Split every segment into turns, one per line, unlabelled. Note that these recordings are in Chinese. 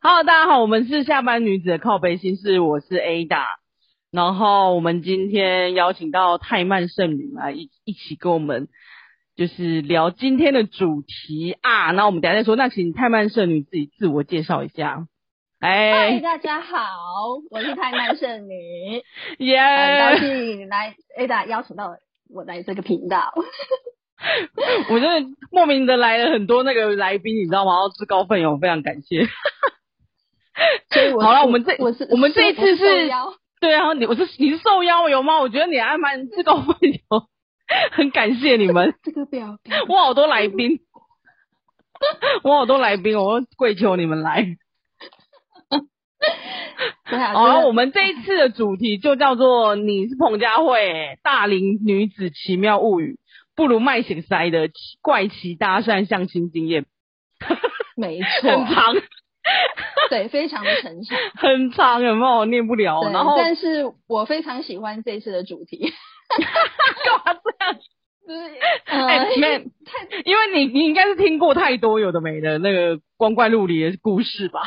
Hello，大家好，我们是下班女子的靠背心事，我是 Ada。然后我们今天邀请到泰曼圣女来一一起跟我们就是聊今天的主题啊。那我们等一下再说，那请泰曼圣女自己自我介绍一下。
嗨，
哎，
大家好，我是泰曼圣 女，
耶、
很高兴来 Ada 邀请到我来这个频 道。
我真的莫名的来了很多那个来宾，你知道吗？然后自告奋勇，非常感谢。
所以我
好了我们这
我是
我们这一次是
我受邀
对啊，你我是你是受邀有吗？我觉得你还蛮自告奋勇， 很感谢你们。
这个表格，
我好多来宾，我好多来宾，我跪求你们来。
对啊，
好
真
了，
的
哦我们这一次的主题就叫做“你是彭佳慧、大龄女子奇妙物语”，不如卖血塞的奇怪奇搭讪相亲经验，
没
很
错，
长
对，非常的成熟。
很长，有没有念不了？
对
然后
但是我非常喜欢这一次的主题，
干嘛这样？
就是
哎、
呃，
没，因为你你应该是听过太多有的没的那个光怪陆离的故事吧？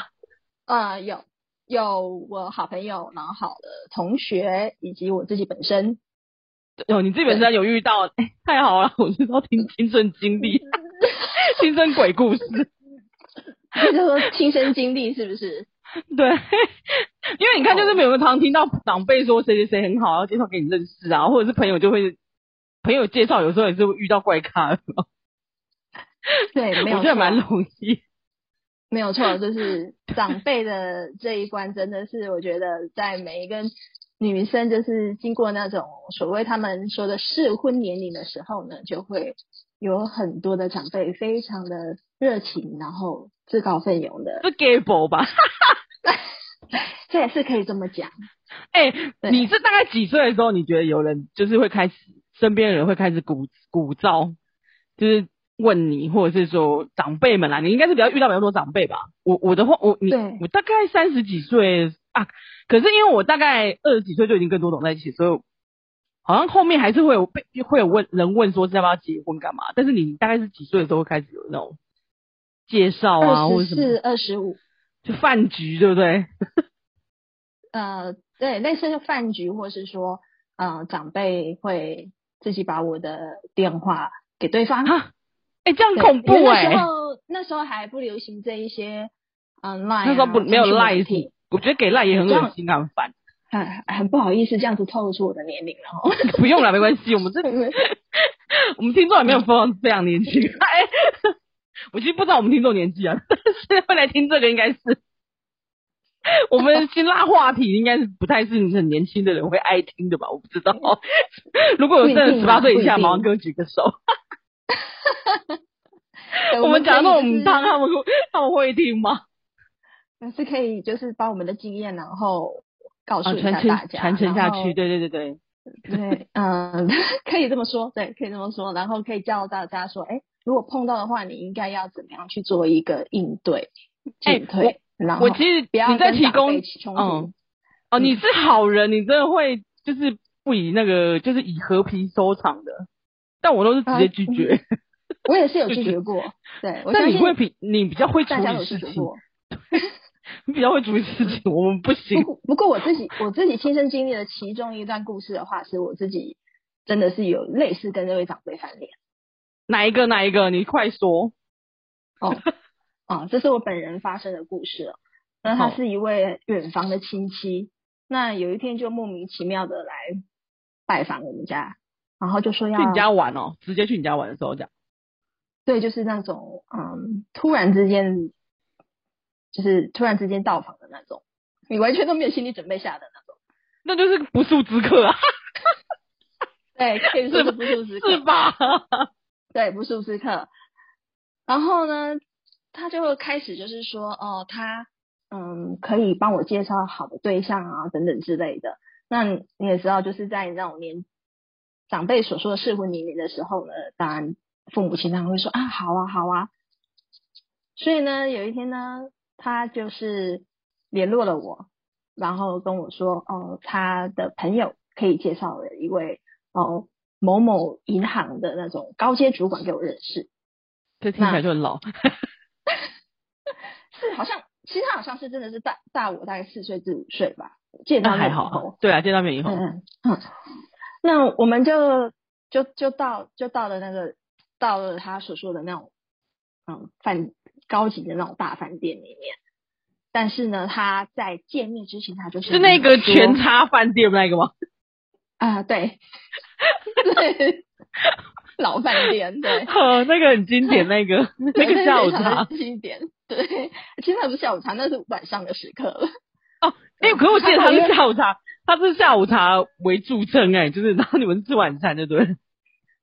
呃，有有我好朋友，然后好的同学，以及我自己本身，
哦，你自己本身有遇到，哎太好了，我知道听亲身经 历，亲身鬼故事，
就是说亲身经历是不是？
对，因为你看，
哦
就是没有常听到长辈说谁谁谁很好，要介绍给你认识啊，或者是朋友就会朋友介绍，有时候也是会遇到怪咖，我
对，没有
觉得
错，啊
蛮容易。
没有错，就是长辈的这一关，真的是我觉得在每一个女生就是经过那种所谓他们说的适婚年龄的时候呢，就会有很多的长辈非常的热情，然后自告奋勇 的，
是 gay boy 吧？
这也是可以这么讲。
哎、
对
你是大概几岁的时候，你觉得有人就是会开始，身边的人会开始鼓鼓噪，就是问你，或者是说长辈们啊啦，你应该是比较遇到比较多长辈吧。我我的话，我你
对
我大概三十几岁啊，可是因为我大概二十几岁就已经跟多董在一起，所以好像后面还是会有被会有问人问说是要不要结婚干嘛。但是你大概是几岁的时候会开始有那种介绍啊，或
二
者
十
什么
四、二十五，
就饭局，对不对？
呃，对，类似饭局，或是说，呃，长辈会自己把我的电话给对方。
啊，哎、这样
对
恐
因
怖
为
哎、
那时候那时候还不流行这一些，嗯、赖 i
那时候不没有赖
体，
是，我觉得给赖也很恶心啊，很烦。
很很不好意思这样子透露出我的年龄了哦。
不用了，没关系，我们这 我们听众也没有非常非常年轻。哎， 我其实不知道我们听众年纪啊， 但是会来听这个应该是。 我们新拉话题应该是不太是很年轻的人会爱听的吧？我不知道， 如果有真
不一
的
定
十
啊
八岁以下，
不一定
麻烦给我举个手。
对哎
我们讲那
可以
种汤，他们会他们会听吗？
就是是可以就是把我们的经验，然后告诉
啊，
一哦下
传
大
承
家，
传承下
然后
去，对对对对，
对，嗯， 可以这么说，对，可以这么说。然后可以教大家说，哎，如果碰到的话，你应该要怎么样去做一个应对、
哎
进退，然后
我其实
不要
你在
跟
提
长
供
辈起冲突。
嗯哦，你是好人，你真的会就是不以那个就是以和平收场的，但我都是直接拒绝。
我也是有拒
就觉
绝过，对，我
但
相
你
信
会比你比较会处
大家有
理
拒
事
绝
情，
过。
你比较会处理事情，我们不行。
不不过我自己我自己亲身经历的其中一段故事的话，是我自己真的是有类似跟这位长辈翻脸
哪一个哪一个？你快说。
哦哦，这是我本人发生的故事哦。那他
好
是一位远房的亲戚，那有一天就莫名其妙的来拜访我们家，然后就说要
去你家玩哦，直接去你家玩的时候讲。
对，就是那种嗯，突然之间，就是突然之间到访的那种。你完全都没有心理准备下的那种。
那就是不速之客啊，
对，可以说是不速之客。
是吧？
对，不速之客。然后呢，他就开始就是说，哦，他嗯，可以帮我介绍好的对象啊，等等之类的。那你你也知道，就是在那种年长辈所说的适婚年龄的时候呢，当然父母亲他们会说啊，好啊，好啊。所以呢，有一天呢，他就是联络了我，然后跟我说，哦，他的朋友可以介绍了一位哦某某银行的那种高阶主管给我认识。
这听起来就很老，
是好像，其实他好像是真的是大大我大概四岁至五岁吧，见到
那还
面以
好
后。。
对啊，见到面以后
嗯，嗯嗯。那我们就就就到就到了那个到了他所说的那种嗯饭高级的那种大饭店里面，但是呢，他在见面之前他就是
是那个
跟我说
全差饭店那个吗？
啊、 对对老饭店对。
呵，那个很经典，那个 那个下午茶。
经典，对，其实还不是下午茶，那是晚上的时刻了。
哎、可我记得他是下午茶，他是下午茶为著称哎、就是然后你们吃晚餐就对了。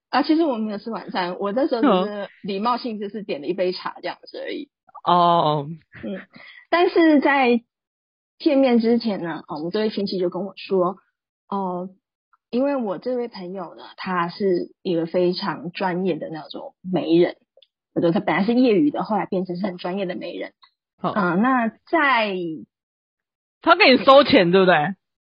啊，其实我没有吃晚餐，我那时候就是礼貌性就是点了一杯茶这样子而已。
哦，
但是在见面之前呢，哦，我们这位亲戚就跟我说，哦、因为我这位朋友呢，他是一个非常专业的那种媒人，我觉得他本来是业余的，后来变成是很专业的媒人。
好
嗯、那在
他给你收钱对不对？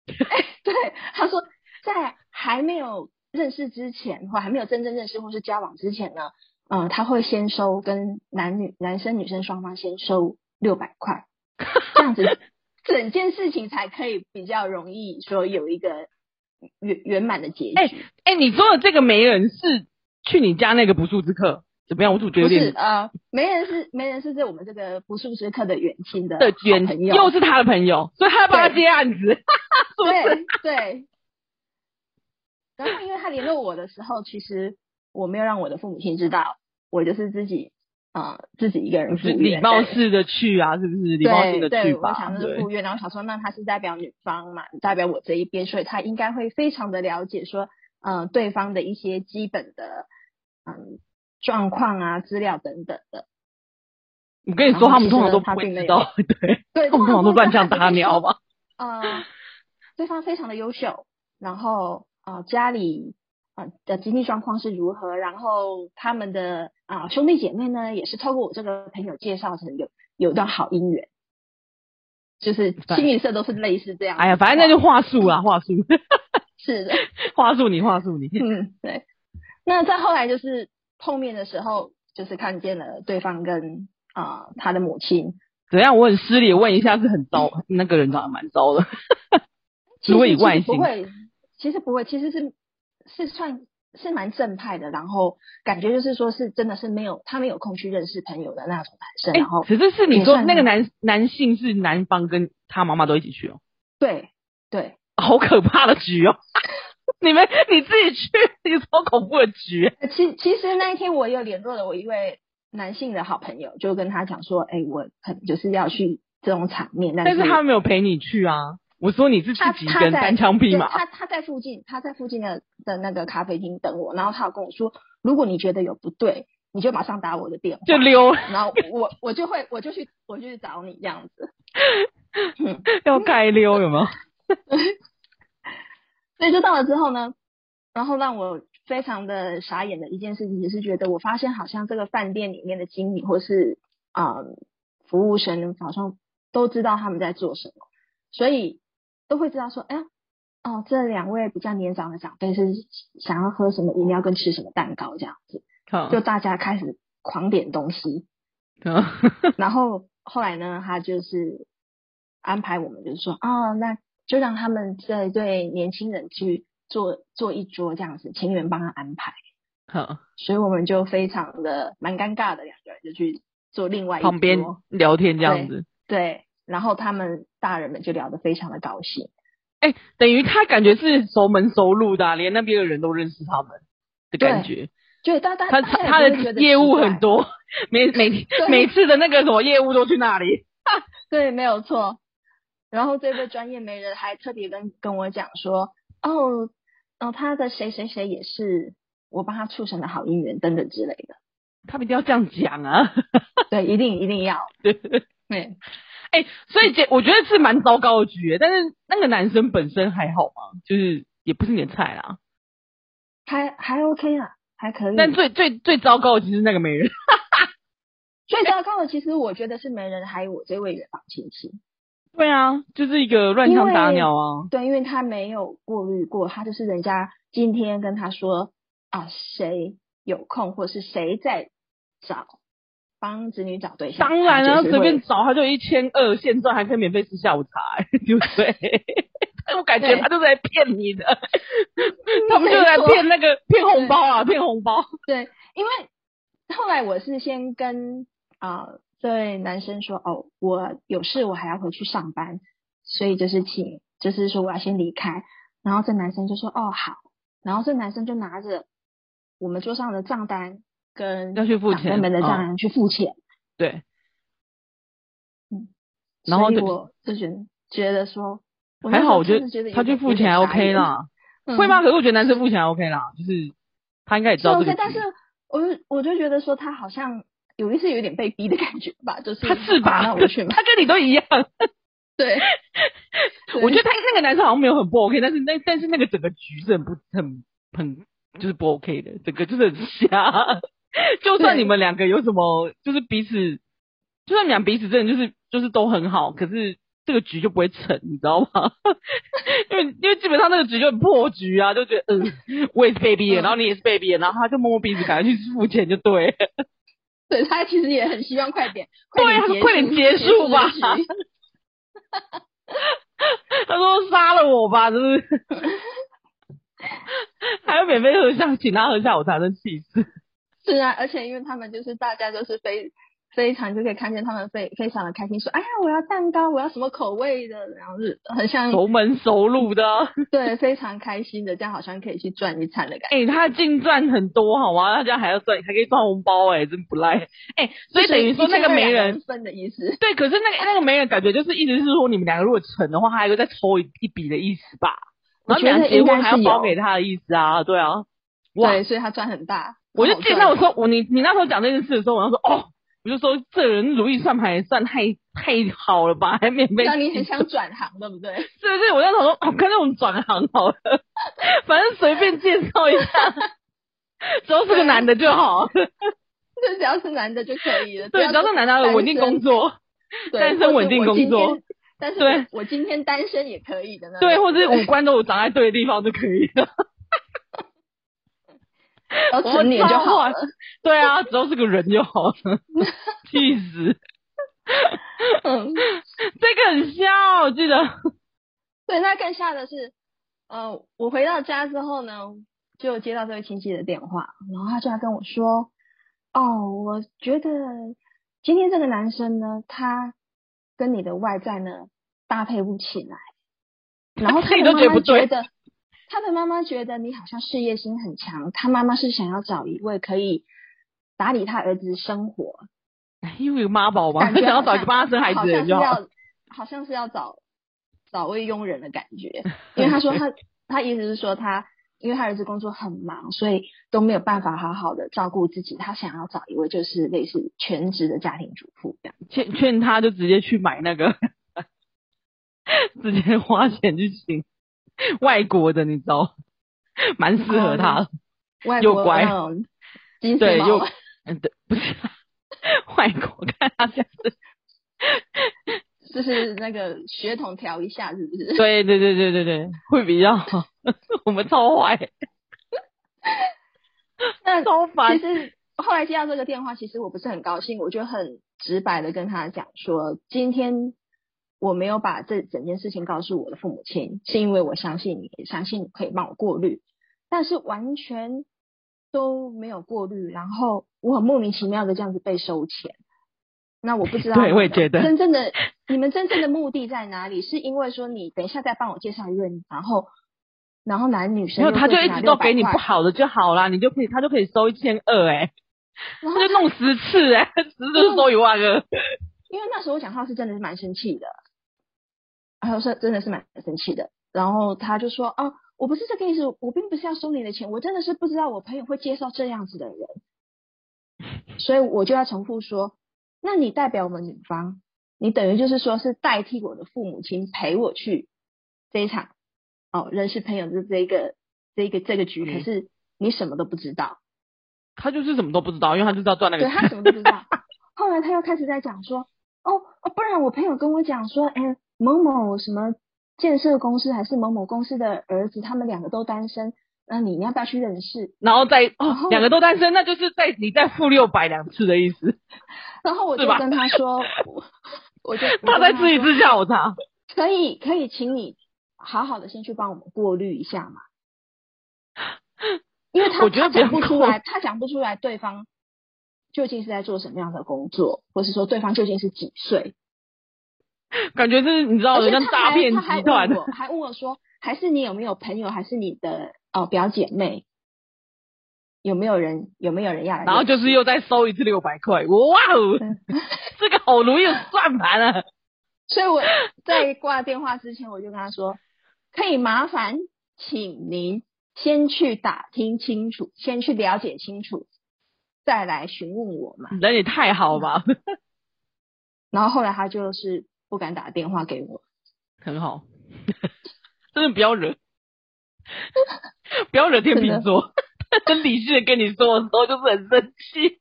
对，他说在还没有认识之前，或还没有真正认识或是交往之前呢，呃，他会先收跟男女男生女生双方先收六百块，这样 子整件事情才可以比较容易说有一个圆圆满的结局。
哎哎、你说的这个媒人是去你家那个不速之客怎么样？我总觉得有
不是
点
呃，媒人是媒人是这我们这个不速之客的远亲的
的
好
冤
朋友，
又是他的朋友，所以他要帮他接案子。
对对。然后因为他联络我的时候，其实我没有让我的父母亲知道，我就是自己啊、呃自己一个人赴
是
约，
礼貌
对
式的去啊，是不是？礼貌性
对
的去
对，我
吧
想，就是
对
赴约，然后想说，那他是代表女方嘛，代表我这一边，所以他应该会非常的了解说，嗯、对方的一些基本的嗯状况啊、资料等等的。
我跟你说，他们通常都不会知道，对，
对，
他们通常都乱枪打
鸟
鸟吧。
呃，对方非常的优秀，然后啊、呃家里啊、呃的经济状况是如何，然后他们的啊、兄弟姐妹呢，也是透过我这个朋友介绍成有有一段好姻缘，就是
对
清一色都是类似这样。
哎呀，反正那就话术啦，话术，
是的，
话术你，话术你，
嗯，对。那再后来就是碰面的时候，就是看见了对方跟啊、他的母亲，
怎样？我很失礼，问一下是很糟，那个人长得蛮糟的，
其
如果以
实其实
外
不
形
会，其实不会，其实是是算是蛮正派的，然后感觉就是说是真的是没有他没有空去认识朋友的那种男生，
哎
然后，
只是是你
也
说
算
那个
是
男男性是男方跟他妈妈都一起去哦，
对对，
好可怕的局哦！ 你们你自己去，你超恐怖的局。
呃其其实那一天我有联络了我一位男性的好朋友，就跟他讲说，哎，我很就是要去这种场面， 但
但
是
是他没有陪你去啊。我说你是自
他
己一
他
个人
在
单枪匹
对
马，
他他在附近，他在附近的的那个咖啡厅等我，然后他有跟我说，如果你觉得有不对，你就马上打我的电话，
就溜，
然后我我就会我就去我就去找你这样子，嗯，
要盖溜，有没有？
所以就到了之后呢，然后让我非常的傻眼的一件事情，也是觉得我发现好像这个饭店里面的经理或是啊、呃服务生好像都知道他们在做什么，所以都会知道说，哎呀。哦，这两位比较年长的长辈是想要喝什么饮料跟吃什么蛋糕这样子，
好
就大家开始狂点东西，
嗯
然后后来呢，他就是安排我们，就是说，哦，那就让他们这一对年轻人去做做一桌这样子，情人帮他安排。
好，
所以我们就非常的蛮尴尬的，两个人就去做另外一桌
旁边聊天这样子。
对，然后他们大人们就聊得非常的高兴。
哎、等于他感觉是熟门熟路的啊、连那边的人都认识他们的感觉。
就大大
他
大家
他
也不会觉
的
得
业务
奇怪
很，多，每每
对
每次的那个什么业务都去那里。
对，没有错。然后这位专业媒人还特别跟跟我讲说，哦，哦，他的谁谁谁也是我帮他促成的好姻缘等等之类的。
他们一定要这样讲啊！
对，一定一定要。对，
哎、所以姐我觉得是蛮糟糕的局耶，但是那个男生本身还好嘛，就是也不是你的菜啦。
还还 OK 啊，还可以。
但最最最糟糕的其实是那个美人，
最糟糕的，其实我觉得是媒人还有我这位远房亲戚。
对啊，就是一个乱枪打鸟啊。
对，因为他没有过滤过，他就是人家今天跟他说啊，谁有空或是谁在找帮子女找对象，
当然
他
啊，
就是
随便
会
找他就一千二，现在还可以免费吃下午茶、 对不对？我感觉
对
他就是来骗你 的，他们就
没
来
错
骗那个骗红包 啊，骗红包。
对，因为后来我是先跟啊、呃这位男生说，哦，我有事我还要回去上班，所以就是请，就是说我要先离开。然后这男生就说，哦好，然后这男生就拿着我们桌上的账单跟
要去付
长辈
钱
们的账
哦
单去付钱。
对，然
然
后
后
就
我就觉得觉得说，我那
还
时
好，
候
我觉
真的觉
得
得
他去
去
付钱还 OK 啦。，
嗯
会吗？？可是我觉得男生付钱还 OK 啦，就是他应该也知
是
道这个
OK，
局。
但是我就我就觉得说他好像有一次有点被逼的感觉吧，就是
他是
好
吧？
那我去嘛，
他跟你都一样。
对，
我觉得他那个男生好像没有很不 OK，但是那但是那个整个局是很不很很就是不 OK 的，整个就是很瞎。 就算你们两个有什么，就是彼此，就算你们俩彼此真的就是就是都很好，可是这个局就不会成，你知道吗？ 因为因为基本上那个局就很破局啊，就觉得嗯，我也是被逼
嗯
的，然后你也是被逼的，然后他就摸摸鼻子，赶快去付钱就对了。
对他其实也很希望快点，
对啊
点
快点结
结
束吧
这个局
他说杀了我吧，就是。 还要免费喝下，请他喝下午茶，真气死！
是啊，而且因为他们就是大家就是非非常就可以看见他们非非常的开心，说哎呀我要蛋糕，我要什么口味的，然后是很像
熟门熟路的啊、
对非常开心的，这样好像可以去赚一餐的感觉。
哎、他净赚很多，好吗？他这样还要赚，还可以赚红包、哎，真不赖。哎、所以等于说那个媒人，
分的意思，
对，可是那个那个媒人感觉就是一直是说你们两个如果成的话，他还会再抽一一笔的意思吧？然后你们俩结婚还要包给他的意思啊？对啊，哇！
对，所以他赚很大。
我就
好
见
赚
到我说我你你那时候讲这件事的时候，我就说哦，我就说这人如意算盘也算太太好了吧，还免费
让你很想转行，对不对？
对对，我在想说，哦，干脆我们转行好了，反正随便介绍一 下，只要是个男的就好。
就只要是男的就可以 了。
对，只要是男的有稳定工作，
对
单身
或
稳
是
定
我
工
今
作
天。但是
对
我我今天单身也可以的呢。
对，或者是五官都有长在对的地方就可以 了。
然后成年就
超
好
坏
了。
对啊，只要是个人就好了，气死！
嗯，
这个很瞎、哦，我记得。
对，那更吓的是，呃，我回到家之后呢，就接到这位亲戚的电话，然后他就来跟我说，哦，我觉得今天这个男生呢，他跟你的外在呢搭配不起来，然后
自
他
己
的
都
妈
觉得
妈
不对
觉得，他的妈妈觉得你好像事业心很强，他妈妈是想要找一位可以打理他儿子生活，
哎因为有妈宝嘛，
感
他
觉
想要
好
找一
像
个帮他生孩子
好
的
像
人
是
就好。
要，好像是要找找位佣人的感 觉，因为他说他他意思是说他因为他儿子工作很忙，所以都没有办法好好的照顾自己，他想要找一位就是类似全职的家庭主妇这样。
劝劝他就直接去买那个，直接花钱去请外国的，你知道，蛮适合他的。
外
又
国
乖
那种金丝
对，
猫
又
啊
嗯，对，不是外国，看他这样子。
就是那个血统调一下，是不是？
对对对对对对，会比较好。我们超坏，
那
超
其
烦。
实后来接到这个电话，其实我不是很高兴，我就很直白的跟他讲说，今天我没有把这整件事情告诉我的父母亲，是因为我相信你，也相信你可以帮我过滤，但是完全都没有过滤，然后我很莫名其妙的这样子被收钱。那我不知道，
对我也觉得
真正的你们真正的目的在哪里？是因为说你等一下再帮我介绍一个人，然后然后男女生
没有，他
又
就
各自
一
拿
直都
600
给你
块
不，好的就好啦，你就可以，他就可以收一千二，哎，
然
他
后
就弄 十次，哎，十次就收一万二。
因为那时候我讲话是真的是蛮生气的，然后是真的是蛮生气的。然后他就说啊，我不是这个意思，我并不是要收你的钱，我真的是不知道我朋友会介绍这样子的人，所以我就要重复说，那你代表我们女方，你等于就是说是代替我的父母亲陪我去这一场哦认识朋友的这一个这一个这个局，可
嗯
是你什么都不知道。
他就是什么都不知道，因为他就知道赚那个
对
钱。
他什么都不知道。后来他又开始在讲说，哦哦，不然我朋友跟我讲说，哎，某某什么建设公司还是某某公司的儿子，他们两个都单身，那你要不要去认识？
然后再
然
哦
后，
两个都单身，那就是再你再付六百两次的意 思。
然后我就是
吧
跟他 说，我我就
他在自己
自
自下我他，
可以可以，请你好好的先去帮我们过滤一下嘛，因为他
我觉得
他讲
不
不
要
出
过
来，他讲不出来对方究竟是在做什么样的工作，或是说对方究竟是几岁，
感觉是你知道
而
的，
且
像
他
诈
还
骗
他还
集团
问。我，还问我说，还是你有没有朋友，还是你的呃表姐妹，有没有人有没有人要来认识？
然后就是又再收一次六百块，哇 哦
嗯，
这个好容易算盘啊！
所以我在挂电话之前，我就跟他说，可以麻烦请您先去打听清楚，先去了解清楚，再来询问我嘛。
人也太好吧，
然后后来他就是不敢打电话给我，
很好，真的不要惹，不要惹天秤座。很理性的跟你说的时候，就是很生气，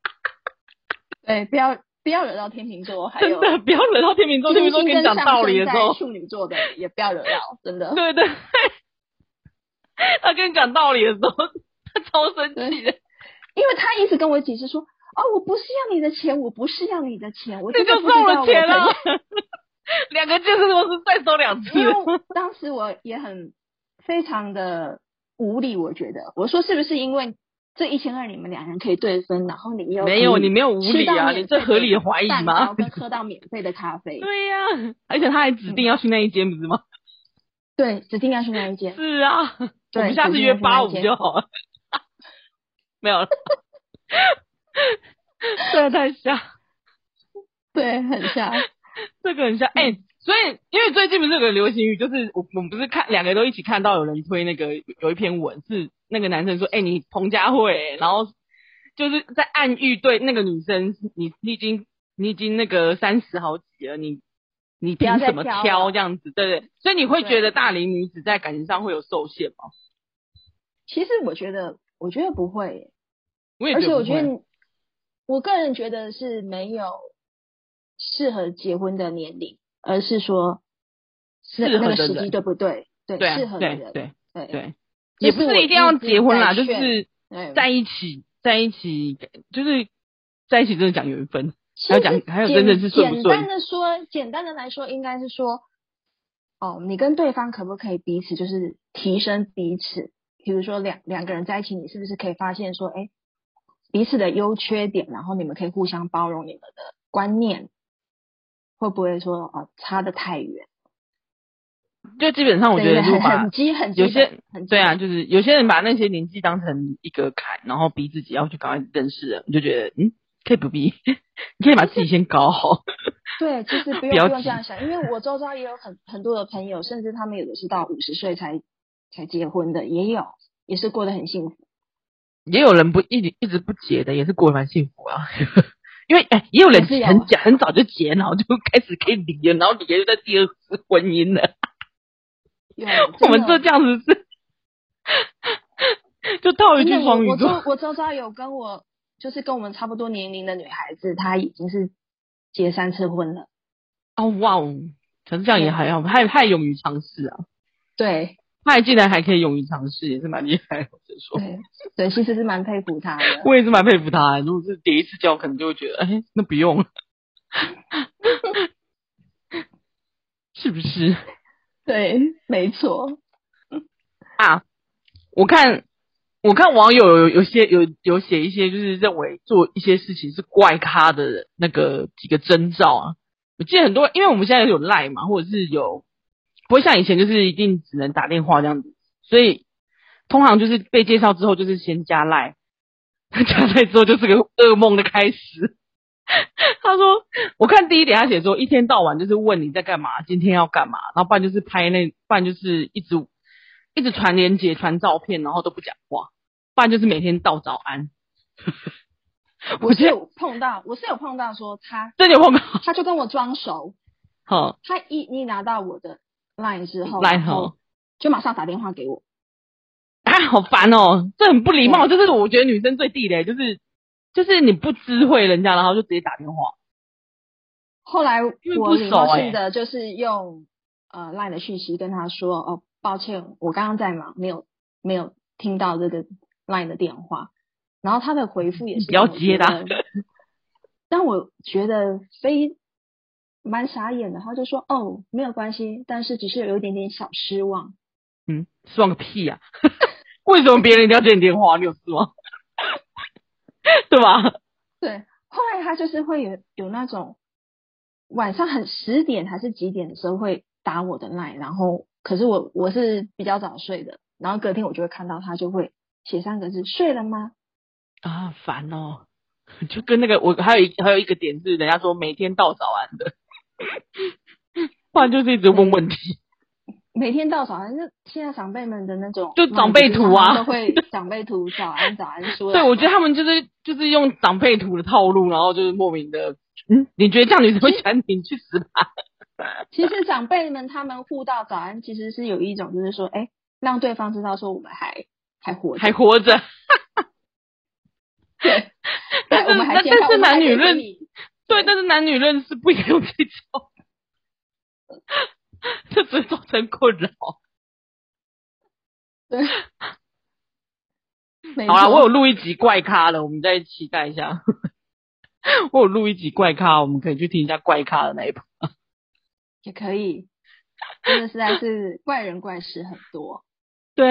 对，不要不要惹到天秤座，还
真
有
的不要惹到天秤座。天
金
秤座
星
跟你
跟
讲
上
道理
升
的时
在
候，
处女座的也不要惹到，真 的。
对对，对他跟你讲道理的时候，他超生气的，
因为他一直跟我解释说，哦，我不是要你的钱，我不是要你的钱，我
这
真的
就
不知道
送了
我
钱
朋友
了。两个就是说是再收两次，
因为我当时我也很非常的无理，我觉得我说是不是因为这一千二你们两人可以对分，然后你又
没有
可以
你没有无理
吃
啊
到免费
你这合理的怀疑吗
蛋糕跟喝到免费的咖 啡，
对呀、而且他还指定要去那一间，不是吗？
对，指定要去那一间。
是啊，我
对
们下次约八五就好了。 没有了， 这个太像，
对，很像。
这个很像。
嗯
哎、所以因为最近不是有个流行语，就是我我们不是看两个都一起看到有人推那个有一篇文，是那个男生说，哎、你彭佳慧、然后就是在暗喻对那个女生，你你已经你已经那个三十好几了，你。你凭
要再
什么
挑
挑
了
这样子？对对，所以你会
对
觉得大龄女子在感情上会有受限吗？
其实我觉得，我觉得不会耶，
我也
而且
不
我觉
会
得你，我个人觉得是没有适合结婚的年龄，而是说是
适合
那个
的
时机
人
对不对？对，
对啊
适合的人，
对
对
对，
这
也不
是我
是一定要
一直
结婚啦，
在
就
劝哎
是
对
在一起，在一起，就是在一起，真的讲缘分。
甚
还有
至
讲还有
简
真的是顺不
简
顺
单的说，简单的来说，应该是说，哦，你跟对方可不可以彼此就是提升彼此？比如说两两个人在一起，你是不是可以发现说，哎，彼此的优缺点，然后你们可以互相包容你们的观念，会不会说哦差得太远？
就基本上，我觉
对
得
很
如果把
很基很基
有些
本很基
对啊，
本
就是有些人把那些年纪当成一个坎，然后逼自己要去赶快认识人，你就觉得嗯，可以不必， 你可以把自己先搞好。
对，其实 不用
不要
不用
急
这样想，因为我周遭也有很很多的朋友，甚至他们有的是到五十岁才才结婚的，也有，也是过得很幸福。
也有人不一直一直不结的，也是过得蛮幸福啊。 因为哎、也有人
也是有啊
很早很早就结，然后就开始可以离了，然后离了就在第二次婚姻了。
有
我们
真的
这这样子是， 就套一句
真的
双
我
语
我周
座，
我周遭有跟我就是跟我们差不多年龄的女孩子，她已经是结三次婚了。
哦哇哦，可是这样也还好，太太勇于尝试啊，
对
太竟然还可以勇于尝试，也是蛮厉害的。我只能说，
对对，其实是蛮佩服她的。
我也是蛮佩服他。如果是第一次交，可能就会觉得，哎、那不用了， 是不是
对，没错。
啊？我看，我看网友有有些有有写一些，就是认为做一些事情是怪咖的那个几个征兆啊。我记得很多，因为我们现在有赖嘛，或者是有不会像以前就是一定只能打电话这样子，所以通常就是被 介绍之后就是先加赖，加赖之后就是个噩梦的开始。 他说，我看第一点他写说，一天到晚就是问你在干嘛，今天要干嘛，然后不然就是拍那，不然就是一直一直传链接、传照片，然后都不讲话，不然就是每天道早安。
我是有碰到，我是有碰到说他，
这你有碰到？
他就跟我装熟，
好，
他一一拿到我的 line 之后，
来
然
好
后，就马上打电话给我，
啊，好烦哦，这很不礼貌，这是我觉得女生最地雷，就是就是你不知会人家，然后就直接打电话。
后来
因为
我
不熟
礼貌
欸
性的就是用呃 LINE 的讯息跟他说，哦，抱歉，我刚刚在忙，没有没有听到这个 LINE 的电话。然后他的回复也是
不要
让我
接
觉
啦
得让我觉得非蛮傻眼的。他就说，哦，没有关系，但是只是有一点点小失望。
嗯，失望个屁呀、 为什么别人一定要接你电话？你有失望？ 对吧？
对，后来他就是会有有那种晚上很十点还是几点的时候会打我的 line，然后可是我我是比较早睡的，然后隔天我就会看到他就会写三个字睡了吗？
啊，烦哦！ 就跟那个我还有一还有一个点是，人家说每天到早安的， 不然就是一直问问题。
每天到早安，那现在长辈们的那种
就
line
长辈
就是他
图啊
们都 会长辈图早安早安说。
对，我觉得他们就是就是用长辈图的套路，然后就是莫名的，嗯，你觉得这样女生会想你去死吧？
其实长辈们他们互道早安，其实是有一种就是说，哎，让对方知道说我们还还活着，
还活着，
对，
但是
我们还健
但
康
是
我们还
男女
可以跟
论
你
对，但是男女认识不一定用这种，这只会造成困扰。
对，没
好啦，
错
我有录一集怪咖了，我们再期待一下。 我有录一集怪咖，我们可以去听一下怪咖的那一部。
也可 以，真的实在是怪人怪事很多。
对，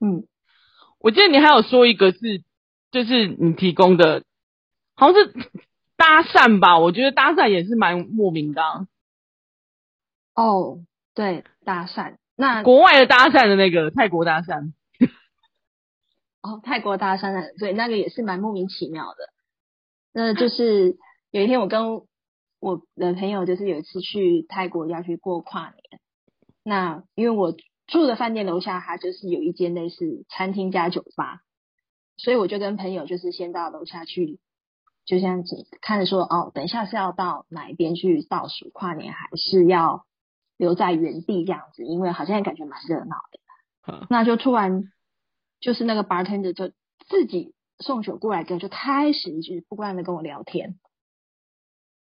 嗯，
我记得你还有说一个是，就是你提供的，好像是搭讪吧？我觉得搭讪也是蛮莫名的啊、
哦，对，搭讪，那
国外的搭讪的那个泰国搭讪，
哦泰国搭讪的，对，那个也是蛮莫名其妙的。那就是有一天我跟我的朋友，就是有一次去泰国要去过跨年，那因为我住的饭店楼下，它就是有一间类似餐厅加酒吧，所以我就跟朋友就是先到楼下去，就像看着说哦，等一下是要到哪一边去倒数跨年，还是要留在原地这样子？因为好像感觉蛮热闹
嗯
的。那就突然就是那个 bartender 就自己送酒过来给我，就开始一句不断的跟我聊天。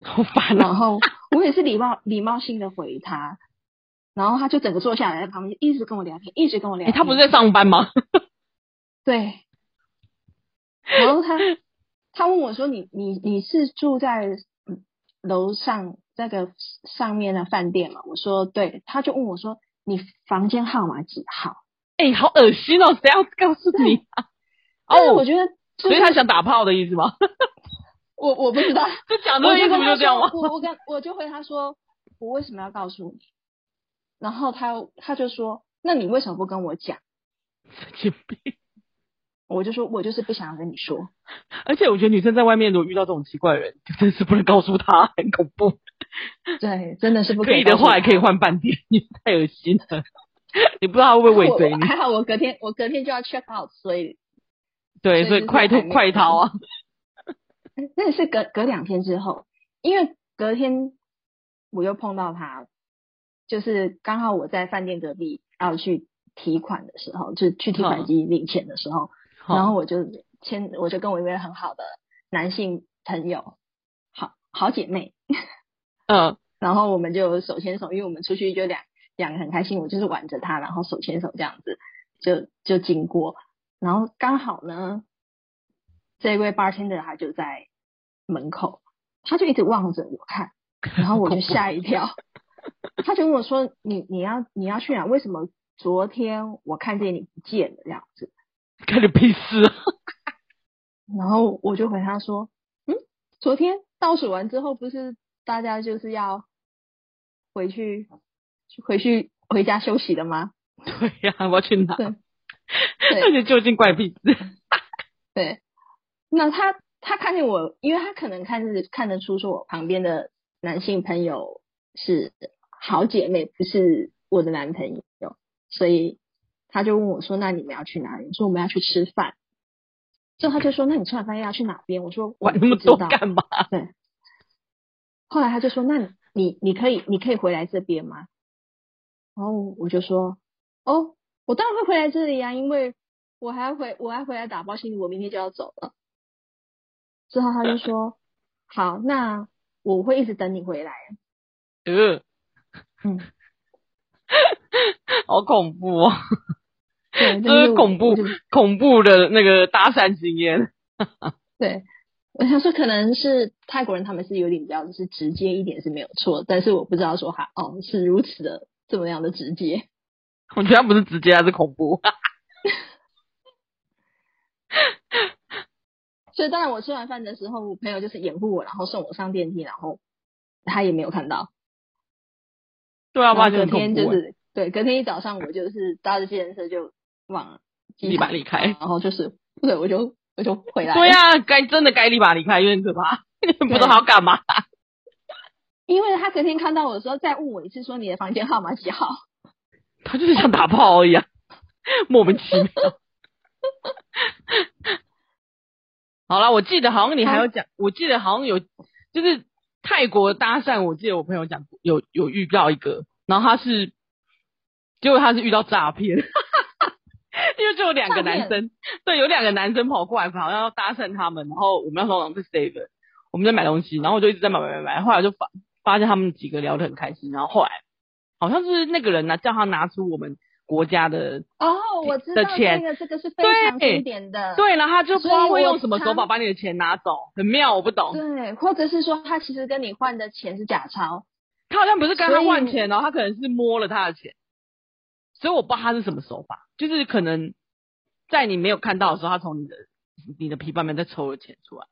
好烦啊！
然后我也是礼貌礼貌性的回他，然后他就整个坐下来在旁边一直跟我聊天，一直跟我聊
哎、
天。
他不是在上班吗？
对，然后他他问我说你你你是住在嗯楼上那个上面的饭店吗？我说对，他就问我说你房间号码几号？
哎、好恶心哦！谁要告诉你 啊？
但是我
哦，
觉得就
所以
是
他想打炮的意思吗？
我我不知道，
就讲这
我
个意
就
思
跟
不
他
就这样
说
吗？
我我跟我就回他说，我为什么要告诉你？然后他他就说，那你为什么不跟我讲？
神经病！
我就说，我就是不想要跟你 说。
而且我觉得女生在外面如果遇到这种奇怪的人，就真是不能告诉他，很恐怖。
对，真的是不
可以
告
的
诉
话，也
他
可以。换半天，你太恶心 了。你不知道他会不会尾随
我
你？
还好，我隔天我隔天就要 check out，所以
对，所
所以
以
就是
快逃
还没
快逃啊！
那也是隔隔两天之后，因为隔天我又碰到他，就是刚好我在饭店隔壁要去提款的时候，就去提
嗯
款机领钱的时候，然后我就签，我就跟我一位很好的男性朋友，好好姐妹，
嗯，
然后我们就手牵手，因为我们出去就两两个很开心，我就是挽着他，然后手牵手这样子就就经过，然后刚好呢，这位 bartender 他就在门口，他就一直望着我看，然后我就吓一跳，他就问我说：“你你要你要去哪？啊为什么昨天我看见你不见了这样子？”
干你屁事啊！
然后我就回他说，嗯，昨天倒数完之后，不是大家就是要回去回去回家休息的吗？
对呀，我要去哪？
对
而且究竟怪屁事？
对，那他他看见我，因为他可能看是看得出说我旁边的男性朋友是好姐妹，不是我的男朋友，所以他就问我说：“那你们要去哪里？”我说：“我们要去吃饭。”之后他就说：“那你吃完饭要去哪边？”我说：“我
管那
不
么
知道
多。干嘛？”
后来他就说：“那你你你可以你可以回来这边吗？”然后我就说：“哦，我当然会回来这里啊，因为我还要回我还要回来打包行李，我明天就要走了。”之后他就说：“好，那我会一直等你回来。
呃，
嗯，
好恐怖哦，”
对，
这
但
是
我
呃哎恐怖
我就
恐怖的那个搭讪经验。
对，我想说可能是泰国人他们是有点比较就是直接一点是没有错，但是我不知道说他哦是如此的这么样的直接。
我觉得他不是直接，他是恐怖。啊
所以当然我吃完饭的时候，我朋友就是掩护我，然后送我上电梯，然后他也没有看到。
对
然
啊，不
后
然就
隔
很恐
天就
怖欸。
是对，隔天一早上我就是搭着计程车就往机
立马
场
离开
然后就是对我就我就回来。
对、啊，该真的该立马离开，有点可怕， 不知道他要干嘛。
因为他隔天看到我的时候再问我一次说你的房间号码几号，
他就是想打炮而已啊， 莫名其妙。 好啦，我记得好像你还有讲，我记得好像有就是泰国搭讪，我记得我朋友讲过有有遇到一个，然后他是结果他是遇到诈骗，因 为就有两个男
诈
生，对，有两个男生跑过来，好像要搭讪他们，然后我们那时候好像是 save，我们在买东西，然后我就一直在买买买买，后来就发发现他们几个聊得很开心，然后后来好像是那个人呢、叫他拿出我们国家的
哦，我知道
的钱
这个这个是非常
对
经典的，
对，然后他就不知
所以
道
我
会用什么手法
常
把你的钱拿走，很妙，我不懂。
对，或者是说他其实跟你换的钱是假钞，
他好像不是跟他
所以
换钱哦，他可能是摸了他的钱，所以我不知道他是什么手法，就是可能在你没有看到的时候，他从你的你的皮包里面再抽了钱出来，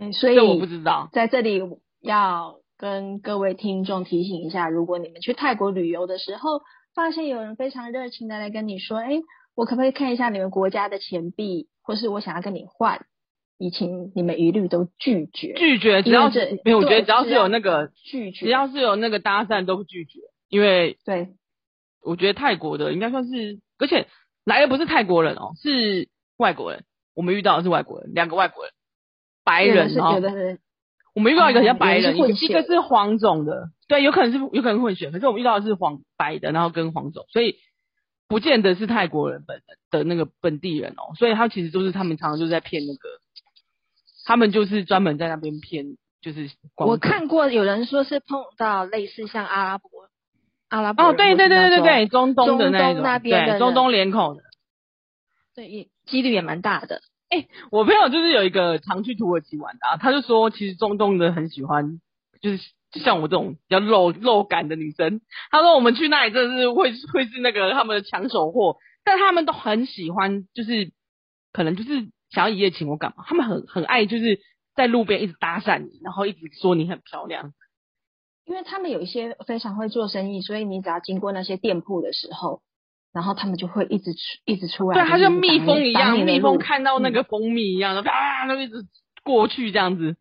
嗯，所以
这我不知道。
在这里要跟各位听众提醒一下，如果你们去泰国旅游的时候，发现有人非常热情的来跟你说：“哎，我可不可以看一下你们国家的钱币，或是我想要跟你换？”以前你们一律都拒绝，
拒绝，只
因为
要
这
是没有，我觉
对
得只要是
只要
有那个，
拒绝，
只要是有那个搭讪都拒绝，因为
对
我觉得泰国的应该算是，而且来的不是泰国人哦，是外国人。我们遇到的是外国人，两个外国人，白
有的
人
是
哦
有，的人
我们遇到一个很像白
哦有
人，
人是混
一
血
个
的
一个是黄种的，对，有可能是有可能混血，可是我们遇到的是黄白的，然后跟黄种，所以不见得是泰国人本的那个本地人哦，所以他其实就是他们常常就是在骗那个，他们就是专门在那边骗，就是观光
我
客
看过有人说是碰到类似像阿拉伯阿拉伯
哦，
人
对
或
对
是
对
那
对对
种
对，中东的那一
中东
种，
那边的
对
人
中东脸孔的，
对，也几率也蛮大的。
我朋友就是有一个常去土耳其玩的、啊，他就说其实中东的很喜欢，就是像我这种比较肉肉感的女生。他说我们去那里真的是会会是那个他们的抢手货，但他们都很喜欢，就是可能就是想要一夜情或干嘛，他们很很爱就是在路边一直搭讪你，然后一直说你很漂亮。
因为他们有一些非常会做生意，所以你只要经过那些店铺的时候，然后他们就会一直出一直出来，
对，他
就
就是蜜
挡
蜂
你
一样，
挡你的
蜜蜂，
路
看到那个蜂蜜一样，然后啪就一直过去这样子。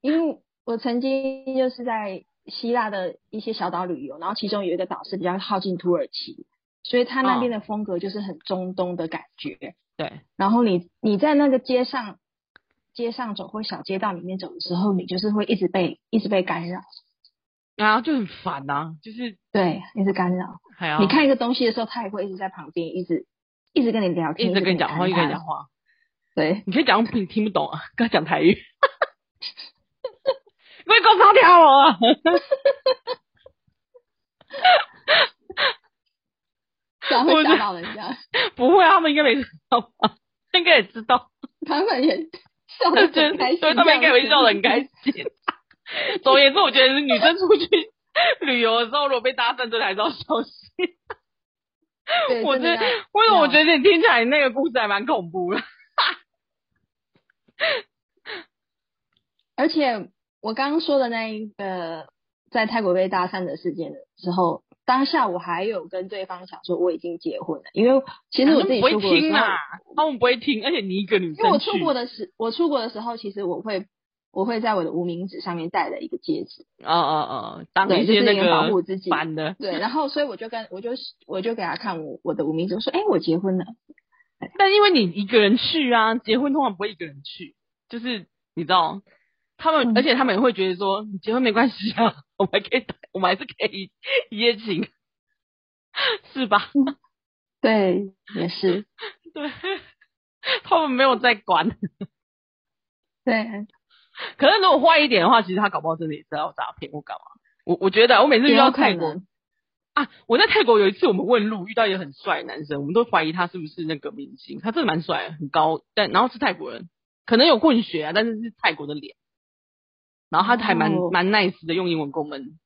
因为我曾经就是在希腊的一些小岛旅游，然后其中有一个岛是比较靠近土耳其，所以它那
哦
边的风格就是很中东的感觉。
对，
然后你你在那个街上街上走或小街道里面走的时候，你就是会一直被一直被干扰，
然后就很烦呐、就是
对，一直干扰。
还要
你看一个东西的时候，他也会一直在旁边，一直一直跟你聊天，
一
一
直跟你讲
谈
话，一直跟你
判
讲话。
对，
你可以讲你听不懂啊，跟他讲台语。你会讲啥条我啊？
这样
我
会
觉
吓
得
到人家，
不会啊，他们应该没知道吧？应该也知道，
他们也笑
对
得
对
很开心，
对， 他们应该也会笑得很开
心。
心。总而言之，我觉得女生出去旅游的时候，如果被搭讪，真的还是要小心。
对，
我
真的
觉得
要
为什么我
要
觉得你听起来那个故事还蛮恐怖的？
而且我刚刚说的那一个在泰国被搭讪的事件的时候，当下我还有跟对方讲说我已经结婚了，因为其实我自己
他
出
们不
国的
会
时
听
候，
啊，他们不会听，而且你一个女生去，
因为我出国的时我出国的时候，其实我会我会在我的无名指上面戴了一个戒指，
哦哦哦，当
对
一
就
些
是
那
也保护
个
自己
反的，
对，然后所以我就跟我就我就给他看我我的无名指，我说哎、我结婚了，
但因为你一个人去啊，结婚通常不会一个人去，就是你知道，他们、
嗯
而且他们也会觉得说，你结婚没关系啊， 我们还可以打，我们还是可以一夜情， 是吧？
对，也是
对， 他们没有在管。
对，
可是如果坏一点的话，其实他搞不好真的也知道诈骗或干嘛。我我觉得我每次遇
也
到
有可
泰国
能
啊，我在泰国有一次我们问路遇到一个很帅的男生，我们都怀疑他是不是那个明星，他真的蛮帅的，很高，但然后是泰国人，可能有混血啊，但是是泰国的脸。然后他还蛮
哦
蛮 nice 的，用英文跟我们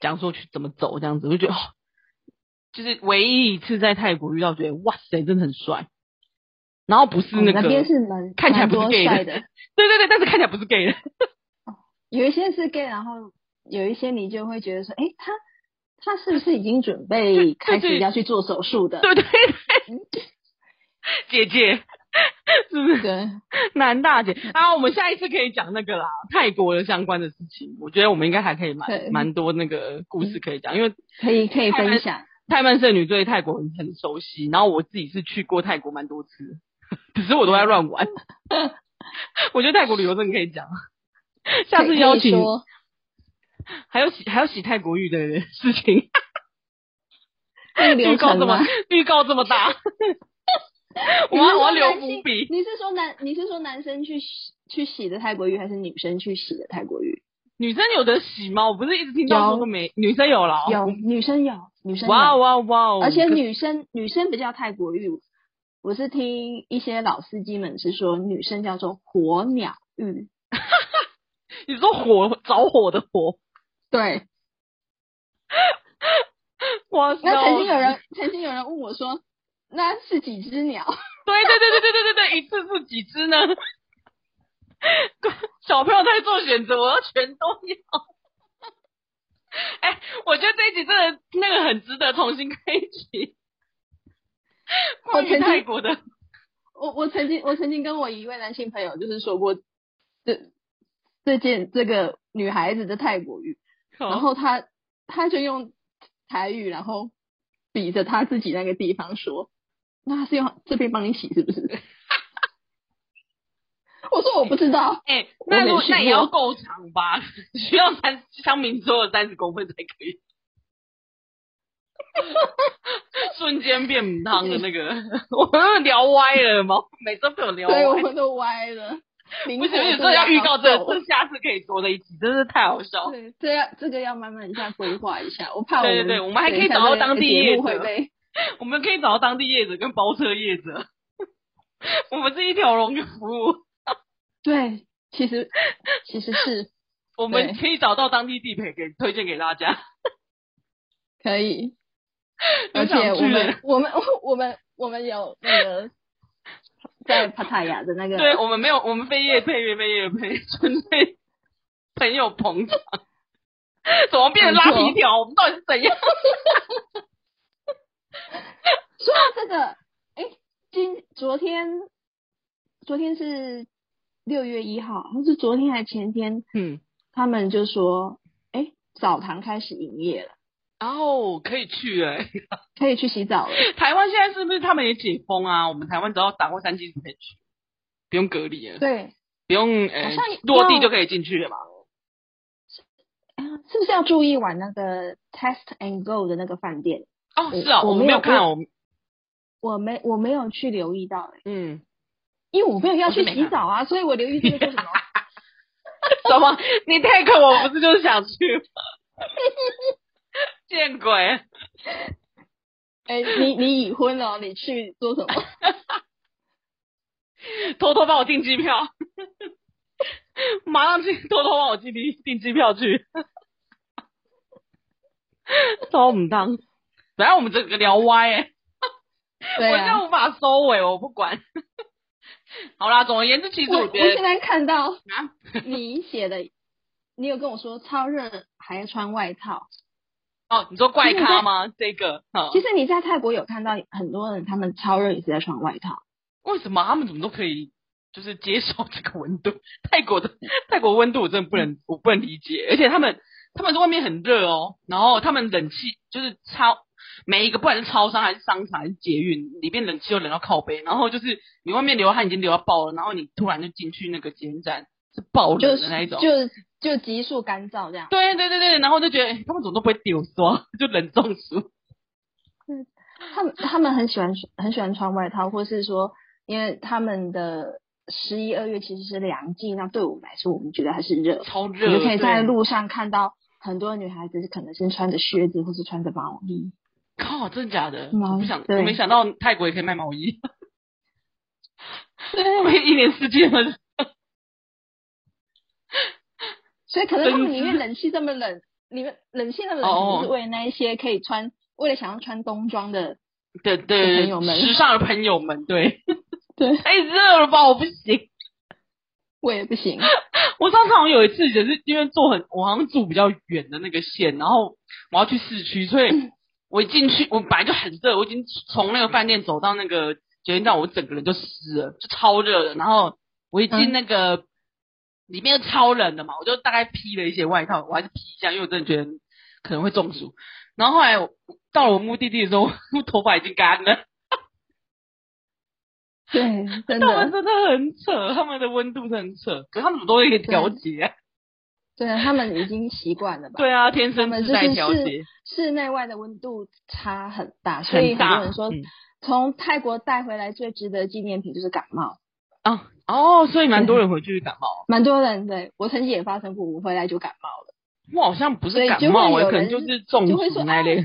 讲说去怎么走这样子，我就觉得哦，就是唯一一次在泰国遇到觉得哇塞，真的很帅。然后不是
我
那
们
个，
哦那边是蛮
看起来
蛮
不是
多
gay
帅
的
的，
对对对，但是看起来不是 gay 人。
有一些是 gay，然后有一些你就会觉得说，哎、他他是不是已经准备开
对
始要去做手术的？
对对对， 姐姐 是不是
对
男大姐啊？我们下一次可以讲那个啦，泰国的相关的事情，我觉得我们应该还可以蛮
对
蛮多那个故事可以讲，因为
可以可以
看来
分享。
泰曼圣女对泰国很很熟悉，然后我自己是去过泰国蛮多次， 只是我都在 乱玩。我觉得泰国旅游真的可以讲，下
可
次
以
邀
可以
请
说
还有洗还有洗泰国浴的事情，
那个
预
流
告
程
这么
吗？
预告这 么大，我
你是
要我要
说
留
男
伏
性
笔。
你是说男你是说男生去洗去洗的泰国浴，还是女生去洗的泰国浴？
女生有得洗吗？我不是一直听到说
有
都没，女生有了，
有女生有女生有，
哇哇哇哦！
而且
可
女生女生不叫泰国浴，我是听一些老司机们是说女生叫做火鸟浴。
你说火着火的火，
对，
哇塞！
那曾经有人， 曾经有人问我说，那是几只鸟？
对对对对对对对对，一次是几只呢？小朋友在做选择，我要全都要。哎、我觉得这一集真的那个很值得重新开一集，
我
关于
曾
泰
经，
国的。
我我曾经，我曾经跟我一位男性朋友就是说过这这件这个女孩子的泰国语，
哦
然后他他就用台语，然后比着他自己那个地方说，那是用这边帮你洗是不是？ 我说我不知道，
哎、
我
那
没
如果
去
那也
过
要够长吧，需要三香明只有三十公分才可以。瞬间变母汤的那个，我们聊歪了吗？每次都被我聊
所以我
歪。
们都歪了。灵
不行，
活
不行，
度
这要预告这
走
这下次可以做的一集，真是太好笑。
对，这要这个要慢慢一下规划一下，我怕我
哦对
们
对对我们还可
等一
以
下
找到
这个
当地
节
业
目会
者
被
我们可以找到当地业者跟包车业者， 我们是一条龙的服务。
对，其 实其实是
我们
对
可以找到当地地陪给推荐给大家。
可以，
有
而且
想
我
去
们
了
我们我们我们有那个在帕塔亚的那个，
对我们没有，我们非业配，越配越配，纯粹朋友捧场。怎么变成拉皮条？我们到底是怎样？
说到 这个，哎，今昨天昨天是六月一号，好像是昨天还前天，
嗯，
他们就说，哎，澡堂开始营业了，
哦，可以去哎、
可以去洗澡了。
台湾现在是不是他们也解封啊？我们台湾只要打过三剂就可以去，不用隔离了，
对，
不用呃
好像也
落地
要
就可以进去了嘛。
啊是不是要注意玩那个 Test and Go 的那个饭店？
哦，
我
是啊，
我
我
没
们没有
有
看
我
哦，
我没我没有去留意到、欸，
嗯，
因为我没有要
我是
去
没
洗
看
澡啊，所以我留意这个做什 么？
什么？你 take 我不是就是想去吗？ 见鬼！
哎、你你已婚了哦，你去做什 么？
偷偷帮我订机票， 马上去偷偷帮我订订订机票去，超唔当。然后我们这个聊歪哎、
对
我
啊，
现在
我
无法收尾，我不管。 好啦，总而言之，其实
我
我觉
现
得
在看到
啊，
你写的，你有跟我说超热还要穿外套，
哦，你说怪咖吗？这个，好
其实你在泰国有看到很多人，他们超热也是在穿外套。
为什么他们怎么都可以就是接受这个温度？ 泰国的泰国温度我真的不能我不能理解，而且他们他们在外面很热哦，然后他们冷气就是超每一个不管是超商还是商场还是捷运里面冷气都冷到靠背，然后就是你外面流汗已经流到爆了，然后你突然就进去那个捷运站是爆
就
冷的那一
是
种。
就就急速干燥这样。
对对对对，然后就觉得、哎他们怎么都不会丢霜， 就冷中暑。
他们他们很喜欢很喜欢穿外套，或是说，因为他们的十一二月其实是凉季，那对我们来说，我们觉得还是热，
超热
你就可以在
对
路上看到很多女孩子可能是穿着靴子，或是穿着毛衣。
靠，真的假的？
毛
我不想，
嗯对
我没想到泰国也可以卖毛衣。 对，一年四季都是
所以可能他们
真是
里面冷气这么冷，里面冷气那么冷，
哦
可能是为了那一些可以穿，为了想要穿冬装的。
对对，
朋友们
时尚的朋友们，对，
对，
太热了吧，我不行。
我也不 行，
我上次好像有一次也是因为坐很，我好像住比较远的那个县，然后我要去市 区，所以我一进去，我本来就很热，我已经从那个饭店走到那个捷运站，我整个人就湿了，就超热的。然后我一
嗯
进那个、里面就超冷的嘛，我就大概披了一些外套，我还是披一下，因为我真的觉得可能会中暑。然后后来我到了我目的地的时候，我头发已经干了。
对，真
他
的，
们真的很扯，他们的温度真的很扯，可是他们怎么都可以调节啊、
对他们已经习惯了吧？
对啊，天
他
生
们
自
就
带
是
调节
室。室内外的温度差很大，所以很
很大
多人说
嗯，
从泰国带回来最值得纪念品就是感冒，
啊哦，所以蛮多人回去感冒。
蛮多人对我曾经也发生过，我回来就感冒了。
我好像不
所
是
以
感
就会
冒、欸，
有
可能
人
就是中
就会
暑
说
那一类。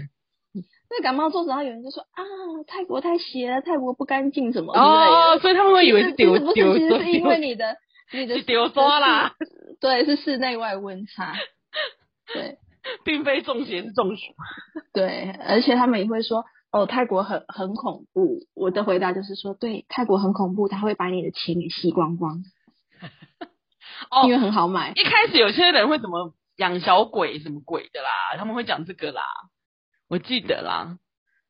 那感冒中暑，然后有人就说啊，泰国太邪了，泰国不干净什么之类的。
哦，所以他们会以为
是
丢
不是
丢
其
丢
实是因为
丢
你的你的
是 丢刷啦，
对，是室内外温差。对
并非中邪是中暑。
对，而且他们也会说哦，泰国很很恐怖。我的回答就是说，对，泰国很恐怖，他会把你的钱给吸光光，
哦
因，为很好买。
一开始有些人会怎么养小鬼什么鬼的啦，他们会讲这个啦，我记得啦。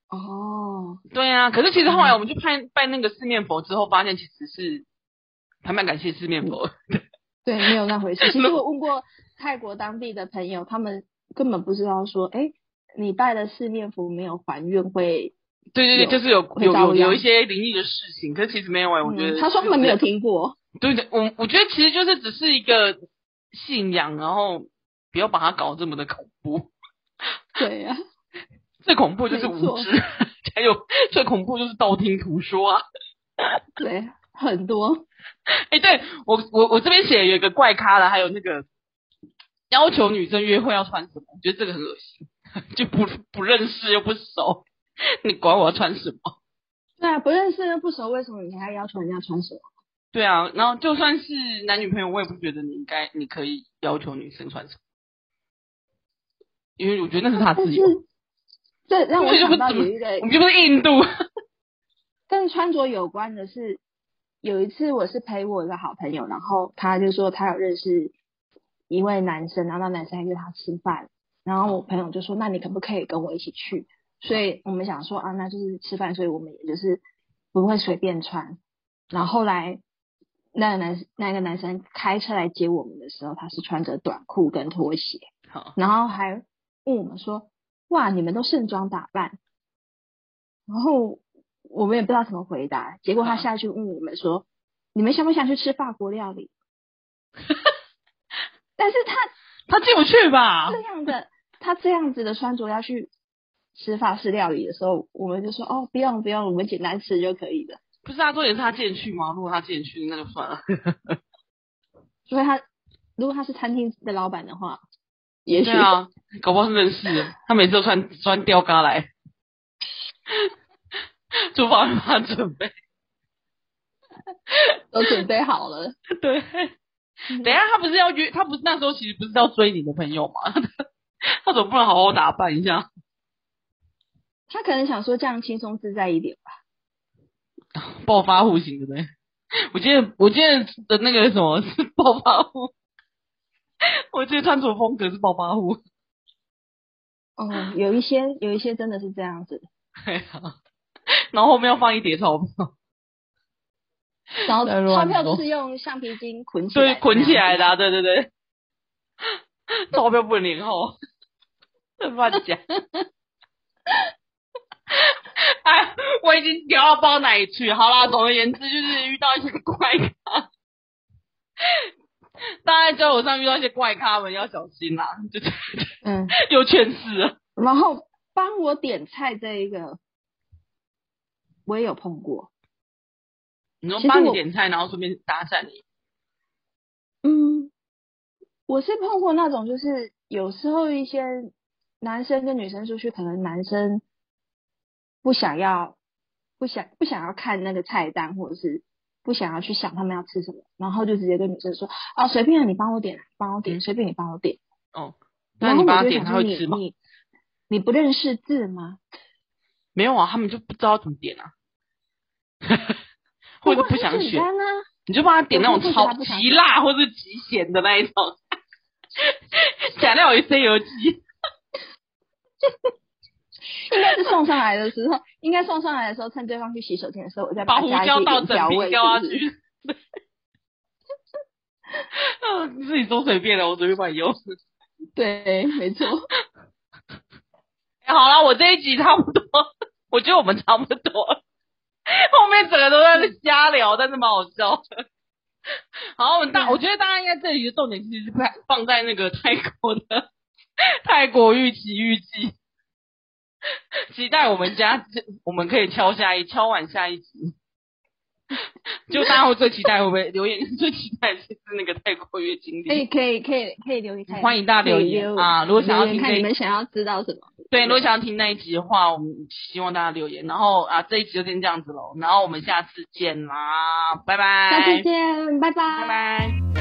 哦，
对啊，可是其实后
嗯
来我们去拜拜那个四面佛之后，发现其实是还蛮感谢四面佛。
对，没有那回事。其实我问过泰国当地的朋友，他们根本不知道说，哎，你拜的四面佛没有还愿会，
对对对，
有
就是有
会
有
遭
有有
殃
一些灵异的事情，可是其实没有哎、我觉
嗯
得、
他说他们没有。听过。
对对，我我觉得其实就是只是一个信仰，然后不要把它搞这么的恐怖。
对呀、啊，
最恐怖就是
没
无
错
知， 还有最恐怖就是道听途说啊！
对，很多。
哎，对我我我这边写有一个怪咖的，还有那个要求女生约会要穿什么，我觉得这个很恶心， 就不不认识又不熟， 你管我要穿什么？
对啊，不认识又不熟，为什么你还要要求人家穿什么？
对啊，然后就算是男女朋友，我也不觉得你应该，你可以要求女生穿什么，因为我觉得那是她
但
自
是
由。啊
这让我
这就不
想到
怎么
有一个，
我们又不是印度，
跟穿着有关的是，有一次我是陪我一个好朋友，然后他就说他有认识一位男生，然后那男生还约他吃饭，然后我朋友就说那你可不可以跟我一起去？所以我们想说啊，那就是吃饭，所以我们也就是不会随便穿。然后后来那个男那个男生开车来接我们的时候，他是穿着短裤跟拖鞋，
好
然后还问我们说：“哇，你们都盛装打扮。”然后我们也不知道怎么回答，结果他
嗯
下去问我们说：“你们想不想去吃法国料理？” 但是他
他进不去吧？
这样的，他这样子的穿着要去吃法式料理的时候，我们就说：“哦，不用不用，我们简单吃就可以了。
不是啊，重点是他进得去吗？如果他进得去，那就算了。”
所以他如果他是餐厅的老板的话，也许
对啊，搞不好是认识的。他每次都穿穿吊嘎来，厨房帮他准备。
都准备好了。
对，等一下他不是要约，他不是那时候其实不是要追你的朋友吗？ 他总不能好好打扮一下？
他可能想说这样轻松自在一点吧。
暴发户型的对不对？我记得我记得的那个什么是暴发户，我记得穿着风格是暴发户。
哦，有一些有一些真的是这样子，
对啊，然后后面要放一叠钞票，
然后
在乱
钞票
说
都是用橡皮筋捆起来
对，
的，
捆起来的、啊，对对对， 钞票不能哦零号， 乱讲。 哎，我已经聊到包哪里去？好 啦，总而言之就是遇到一些怪咖， 大家在交友上遇到一些怪咖们要小心啦，就是
嗯，
又劝世了。
然后帮我点菜这一个，我也有碰过，
你说
其实
帮你
我
点菜，然后顺便搭讪你，
嗯，我是碰过那种，就是有时候一些男生跟女生出去，可能男生不想要，不想不想要看那个菜单，或者是不想要去想他们要吃什么，然后就直接跟女生说，哦，随便啊你帮我点啊，帮我点，
嗯
随便你帮我点。
哦，那
然后
你
我
帮他
就
点，
想
他
说
会
你
吃吗？
你你不认识字吗？
没有啊，他们就不知道怎么点 啊，或者不想
很简
选。
单啊。
你就帮他点那种
我就会觉得
超
他不想
极辣或是极咸的那一种，假料有 C 油鸡，
应该是送上来的时候，应该送上来的时候，趁对方去洗手间的时候，我再
把
它
胡
加一
椒
些
倒
盐
整
调
瓶
味，
掉下
是不是
去。 那你啊自己说随便的，我随便帮你用。
对，没 错。
哎好了，我这一集差不多， 我觉得我们差不多 了，后面整个都在那瞎聊，但是蛮好笑的。好，我们大，我觉得大家应该这里的重点其实是在放在那个泰国的 泰国遇奇遇记，期待我们家我们可以敲下一敲完下一集。就大家会最期待会不会留言？最期待是那个泰国月经
可以
历，
可以可以可以留言看，
欢迎大家留
可以
言啊！如果想要
留言
听
看
这
你
一
们想要知道什么，
对，如果想要听那一集的话，我们希望大家留言。然后啊，这一集就先这样子喽，然后我们下次见啦，拜拜，
下次见，拜拜
拜拜。